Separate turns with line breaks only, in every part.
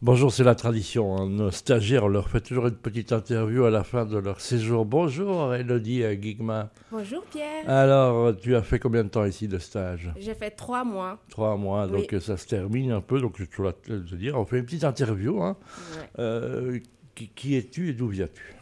Bonjour, c'est la tradition. hein. Nos stagiaires leur fait toujours une petite interview à la fin de leur séjour. Bonjour, Elodie Guigma.
Bonjour Pierre.
Alors, tu as fait combien de temps ici de stage
J'ai fait trois mois.
Trois mois,
Oui.
donc euh, ça se termine un peu. Donc, je te la- te dire, on fait une petite interview. hein.
Ouais.
Euh, qui, qui es-tu et d'où viens-tu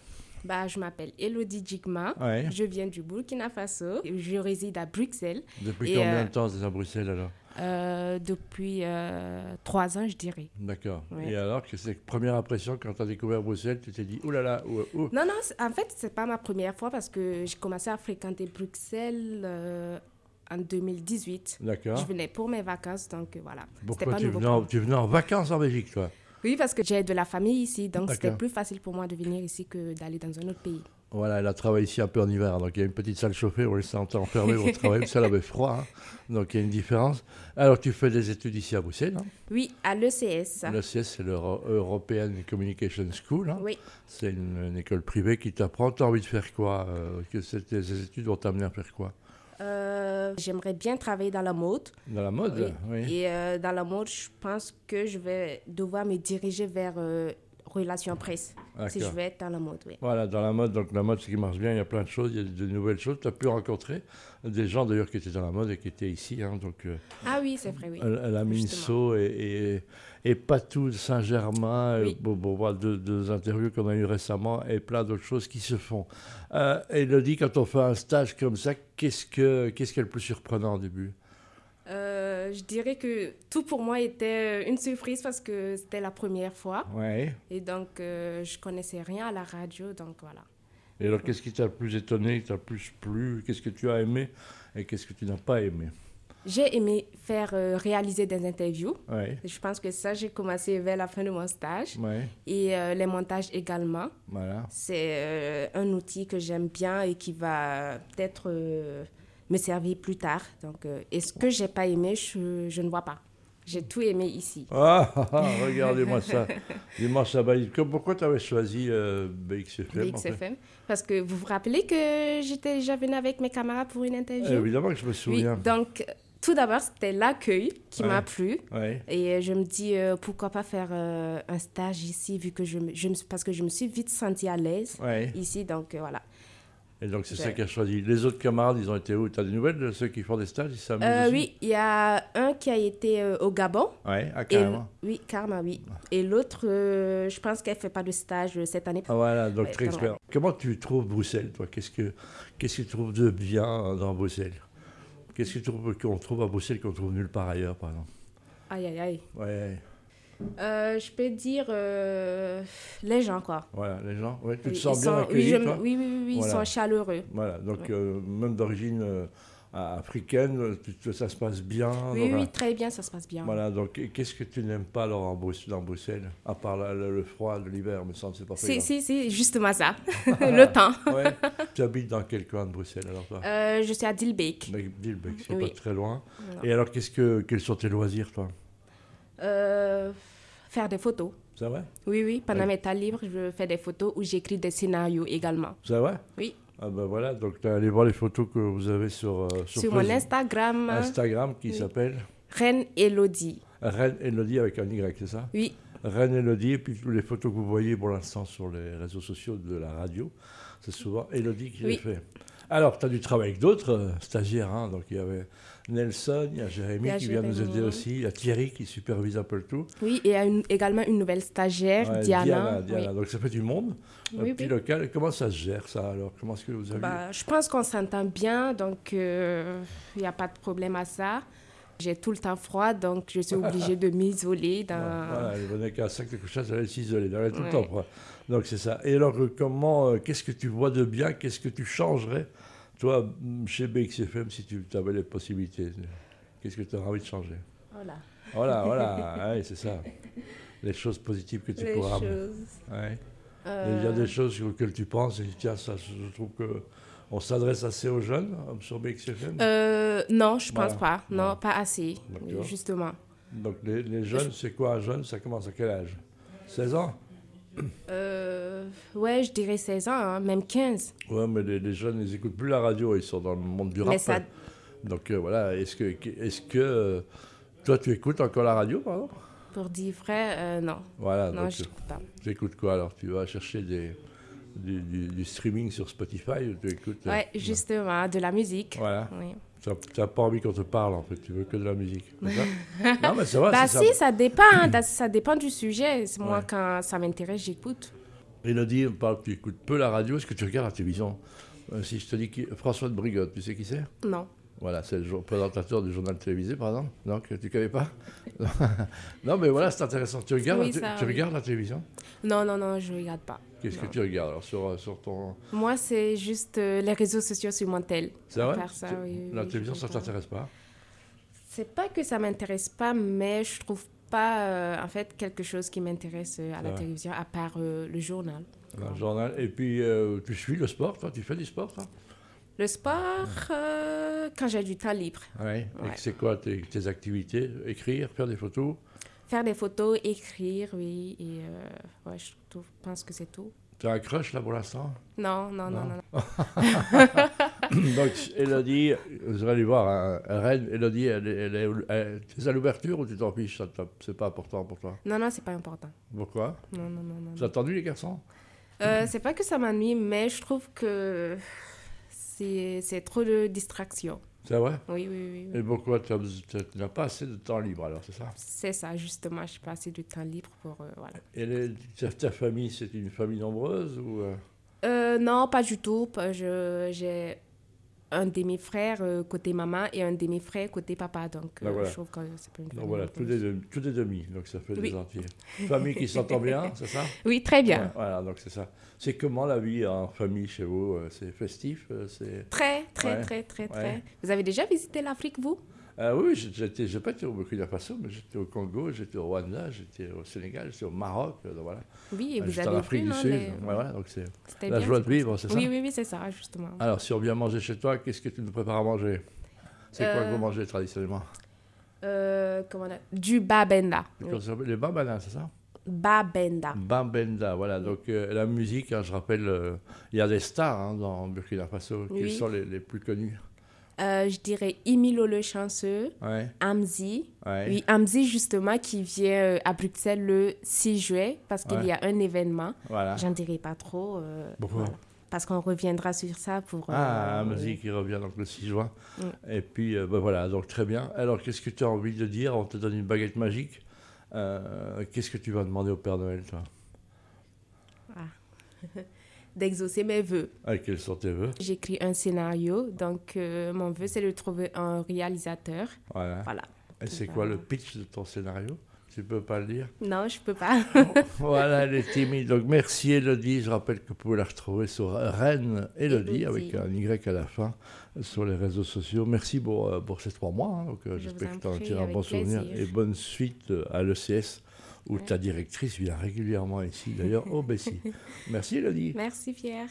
Bah, je m'appelle Elodie Jigma.
Ouais.
Je viens du Burkina Faso. Je réside à Bruxelles
Depuis
Et,
combien de
euh,
temps tu es à Bruxelles alors
euh, depuis euh, trois ans, je dirais.
D'accord.
ouais.
Et alors, que c'est première impression quand tu as découvert Bruxelles, tu t'es dit, oh là là, oh, oh.
Non, non, c'est- en fait, c'est pas ma première fois parce que j'ai commencé à fréquenter Bruxelles euh, en 2018. Je
D'accord.
venais pour mes vacances, donc euh, voilà. C'était
Ah. Pourquoi
pas
tu
nouveau
venais,
pour
en,
moi.
tu venais en vacances en Belgique, toi
Oui, parce que j'ai de la famille ici, donc c'était
D'accord.
plus facile pour moi de venir ici que d'aller dans un autre pays.
Voilà, elle a travaillé ici un peu en hiver, donc il y a une petite salle chauffée où elle s'est enfermée pour travailler, parce qu'elle avait froid, hein. donc il y a une différence. Alors tu fais des études ici à Bruxelles, hein.
Oui, à l'ECS.
le CS c'est l'Euro- European Communication School, hein.
Oui.
c'est une, une école privée qui t'apprend, t'as envie de faire quoi euh, que c'est- Ces études vont t'amener à faire quoi
Euh, J'aimerais bien travailler dans la mode.
Dans la mode
Oui.
Oui.
Et euh, dans la mode, je pense que je vais devoir me diriger vers euh, relations presse. Si je
D'accord.
veux être dans la mode, oui.
Voilà, dans la mode, donc la mode, ce qui marche bien, il y a plein de choses, il y a de nouvelles choses. Tu as pu rencontrer des gens d'ailleurs qui étaient dans la mode et qui étaient ici, hein, donc euh,
Ah oui, c'est vrai, oui.
à la
Justement.
Minso et, et, et Patou de Saint-Germain,
Oui.
et bon, bon, voilà, deux, deux interviews qu'on a eues récemment et plein d'autres choses qui se font. Euh, Elodie, quand on fait un stage comme ça, qu'est-ce que qu'est-ce qui est le plus surprenant au début
Euh, je dirais que tout pour moi était euh, une surprise parce que c'était la première fois.
Ouais.
Et donc, euh, je connaissais rien à la radio, donc voilà.
Et alors, qu'est-ce qui t'a le plus étonné, qui t'a le plus plu Qu'est-ce que tu as aimé et qu'est-ce que tu n'as pas aimé
J'ai aimé faire euh, réaliser des interviews.
Ouais.
Je pense que ça, j'ai commencé vers la fin de mon stage.
Ouais.
Et euh, les montages également.
Voilà.
C'est euh, un outil que j'aime bien et qui va peut-être euh, me servir plus tard. Donc, euh, et ce que j'ai pas aimé, je, je ne vois pas. J'ai tout aimé ici.
Ah, ah, ah, regardez-moi ça. Dis-moi ça, Baïd. que- Pourquoi tu avais choisi euh, BXFM, en fait
BXFM. Parce que vous vous rappelez que j'étais déjà venue avec mes camarades pour une interview.
Euh, Évidemment que je me
Oui,
souviens.
donc, euh, tout d'abord, c'était l'accueil qui
Ouais.
m'a plu.
Ouais.
Et euh, je me dis, euh, pourquoi pas faire euh, un stage ici, vu que je, me- je me, parce que je me suis vite sentie à l'aise
Ouais.
ici. Donc, euh, voilà.
Et donc, c'est
Ouais.
ça qu'a choisi. Les autres camarades, ils ont été où Tu as des nouvelles de ceux qui font des stages Ils s'amusent
Euh,
aussi
oui, il y a un qui a été euh, au Gabon.
Ouais, ah,
Et-
carrément.
oui, Karma, oui. Et l'autre, euh, je pense qu'elle ne fait pas de stage euh, cette année.
Ah, voilà, donc
Ouais,
très
pas mal.
expert. Comment tu trouves Bruxelles, toi Qu'est-ce que qu'est-ce que tu trouves de bien euh, dans Bruxelles Qu'est-ce que tu trouves qu'on trouve à Bruxelles qu'on trouve nulle part ailleurs, par exemple
Aïe, aïe, aïe.
Ouais,
Euh, je peux dire euh, les gens, quoi.
voilà, les gens. Ouais, tu
Oui,
te sens
ils
bien
sont-
accueilli,
oui, je-
toi
oui, oui, oui, oui,
Voilà.
ils sont chaleureux.
Voilà, donc
Ouais.
euh, même d'origine euh, a- africaine, euh, tu- tu- ça se passe bien.
oui,
donc,
oui,
Oh, voilà.
très bien, ça se passe bien.
Voilà, donc et qu'est-ce que tu n'aimes pas alors en Bruxelles, dans Bruxelles À part la- le, le froid de l'hiver, mais ça, ne s'est pas fait.
C'est,
grave.
c'est, c'est justement ça, le temps.
Ouais. Tu habites dans quel coin de Bruxelles alors toi
Euh, je suis à Dilbeek.
Mec- Dilbeek, c'est
oui.
pas très loin.
Non.
Et alors, qu'est-ce que, quels sont tes loisirs, toi
Euh, faire des photos.
Ça va
Oui, oui, pendant
Ouais.
mes temps libres, je fais des photos où j'écris des scénarios également.
Ça va
Oui,
Ah ben voilà, donc t'as- allez voir les photos que vous avez sur, euh, sur
sur, mon
Facebook-
Instagram,
Instagram qui
Oui.
s'appelle
Reine Elodie.
Reine Elodie avec un Y, c'est ça
Oui,
Reine Elodie, et puis toutes les photos que vous voyez pour l'instant sur les réseaux sociaux de la radio, c'est souvent Elodie qui les
Oui.
fait. Alors, tu as du travail avec d'autres euh, stagiaires, hein, donc il y avait Nelson, il y a Jérémy
Il y a
qui vient nous
Jérémy.
aider aussi, il y a Thierry qui supervise un peu le tout.
Oui, et il y a une- également une nouvelle stagiaire,
Ouais,
Diana.
Diana. Donc ça fait du monde, Euh, un
Oui,
petit
oui.
local. Et comment ça se gère ça alors Comment est-ce que vous
Oui.
avez
Bah, je pense qu'on s'entend bien, donc euh, il n'y a pas de problème à ça. J'ai tout le temps froid, donc je suis obligée de m'isoler. Dans...
Voilà, elle venait qu'à 5 de couchage, elle allait s'isoler, elle allait tout le
euh, Ouais.
temps. quoi. Donc c'est ça. Et alors, euh, comment, euh, qu'est-ce que tu vois de bien Qu'est-ce que tu changerais, toi, mm, chez BXFM, si tu avais les possibilités Qu'est-ce que tu aurais envie de changer
Voilà.
Voilà, voilà, ouais, c'est ça. Les choses positives que tu
Les
pourras. amener.
choses.
Ouais.
Euh,
Il y a des choses auxquelles tu penses, et tiens, ça, je trouve que on s'adresse assez aux jeunes euh, sur BXFM.
euh, non, je
Voilà.
pense pas. Non, pas assez,
D'accord.
oui, justement.
Donc les, les jeunes, c'est quoi un jeune Ça commence à quel âge 16 ans
Euh, ouais, je dirais 16 ans, hein, même 15.
Ouais, mais les, les jeunes, ils écoutent plus la radio, ils sont dans le monde du rap.
Mais ça-
Donc euh, voilà, est-ce que, est-ce que euh, toi, tu écoutes encore la radio, pardon
Pour dire vrai, euh, non.
Voilà,
Non,
donc, euh,
je n'écoute pas.
tu écoutes quoi alors Tu vas chercher des, du, du- du streaming sur Spotify ou tu écoutes euh,
Ouais, justement, de la musique.
Voilà,
Oui.
t'as t'as pas envie qu'on te parle en fait, tu veux que de la musique. c'est ça non, mais ça va,
bah
Ah, c'est
si,
ça.
ça dépend, hein, ça- ça dépend du sujet. C'est Moi,
Ouais.
quand ça m'intéresse, j'écoute.
Elodie, on parle que tu écoutes peu la radio, est-ce que tu regardes la télévision Euh, Si je te dis qui- François de Brigotte, tu sais qui c'est
Non.
Voilà, c'est le jour- présentateur du journal télévisé, par exemple. Non, que tu ne connais pas Non, mais voilà, c'est intéressant. Tu regardes,
Oui,
la, té-
ça,
tu
oui.
regardes la télévision
Non, non, non, je regarde pas.
Qu'est-ce que
Non.
tu regardes alors sur, euh, sur ton.
Moi, c'est juste euh, les réseaux sociaux sur mon tel.
C'est vrai
Par ça,
Tu-
oui, oui,
La
oui, je
télévision, ça ne
regarde.
t'intéresse pas
C'est pas que ça m'intéresse pas, mais je trouve pas, euh, en fait, quelque chose qui m'intéresse euh, à la
Ouais.
télévision, à part euh, le journal.
Le journal. Et puis, euh, tu suis le sport, toi Tu fais du sport, toi
Le sport, euh, quand j'ai du temps libre.
Oui.
Ouais.
Et c'est quoi tes, tes activités Écrire, faire des photos
Faire des photos, écrire, oui. Et euh, ouais, je trouve- pense que c'est tout.
Tu as un crush là pour l'instant
Non, non, non,
Non.
non. non.
Donc, Elodie, vous allez voir, hein, Rennes, Elodie, elle, est- elle, est- elle- tu es à l'ouverture ou tu t'en fiches ça t'a- C'est pas important pour toi.
Non, non, c'est pas important.
Pourquoi
Non, non, non, non.
Vous avez entendu les garçons
Euh, c'est pas que ça m'ennuie, mais je trouve que c'est c'est trop de distractions.
C'est vrai
Oui, oui, oui. oui.
Et pourquoi tu as bes- tu tu n'as pas assez de temps libre alors, c'est ça
C'est ça, justement. Je passe du temps libre pour. euh, voilà.
Et les- ta, ta famille, c'est une famille nombreuse ou euh,
Euh, non, pas du tout. pas- je- J'ai un demi-frère euh, côté maman et un demi-frère côté papa. Donc,
Ben
euh,
voilà.
je trouve que c'est pas une
Donc
famille
voilà, tous
nombreuse.
des, demi- tous des demi, donc ça fait
Oui.
des entiers. Famille qui s'entend bien, c'est ça
Oui, très bien.
Ouais, Voilà, donc c'est ça. C'est comment la vie en famille chez vous Euh, C'est festif euh, c'est...
Très, très,
Ouais.
très, très, très.
Ouais.
Vous avez déjà visité l'Afrique, vous
Ah oui, j'ai- j'étais, j'ai pas été au Burkina Faso, mais j'étais au Congo, j'étais au Rwanda, j'étais au Sénégal, j'étais au Maroc, euh, donc voilà.
Oui, et vous
J'étais
avez
en Afrique
vu,
du
non,
Sud.
les-
donc Voilà, donc c'est
C'était
la
bien,
joie
c'est
de
comme ça.
vivre, c'est ça
Oui, oui, oui, c'est ça, justement.
Alors, si on vient manger chez toi, qu'est-ce que tu nous prépares à manger C'est quoi que
Euh,
vous mangez traditionnellement
Euh, comment on a- Du babenda. Oui. Ah.
Comment ça s'appelle Les bambanas, c'est ça
Babenda.
Bambenda, voilà. Donc euh, la musique, hein, je rappelle, euh, il y a des stars hein, dans Burkina Faso.
Oui.
Quels sont les, les plus connus
Euh, je dirais Imilo le chanceux,
Ouais,
Amzi.
ouais.
Oui, Amzi, justement, qui vient euh, à Bruxelles le 6 juillet, parce qu'il
Ouais.
y a un événement.
Voilà.
J'en dirai pas trop. euh,
Pourquoi
Parce qu'on reviendra sur ça pour...
Ah,
euh,
la musique qui revient donc le 6 juin.
Oui.
Et puis, euh, ben voilà, donc très bien. Alors, qu'est-ce que tu as envie de dire On te donne une baguette magique. Euh, qu'est-ce que tu vas demander au Père Noël, toi
D'exaucer mes vœux.
Ah, Quels sont tes vœux
J'écris un scénario, donc euh, mon vœu, c'est de trouver un réalisateur.
Voilà.
Voilà.
Et c'est
va.
quoi le pitch de ton scénario Tu peux pas le dire
Non, je peux pas.
Voilà, elle est timide. Donc merci Elodie. Je rappelle que vous pouvez la retrouver sur Rennes Elodie,
Élodie.
avec un Y à la fin sur les réseaux sociaux. Merci pour, euh, pour ces trois mois. hein. Donc, euh,
Je
J'espère
vous
que
en
tu en
prie,
tires un
avec
bon souvenir
plaisir.
et bonne suite euh, à l'ECS où ta directrice vient régulièrement ici, d'ailleurs au Bessie. Merci Elodie.
Merci, Pierre.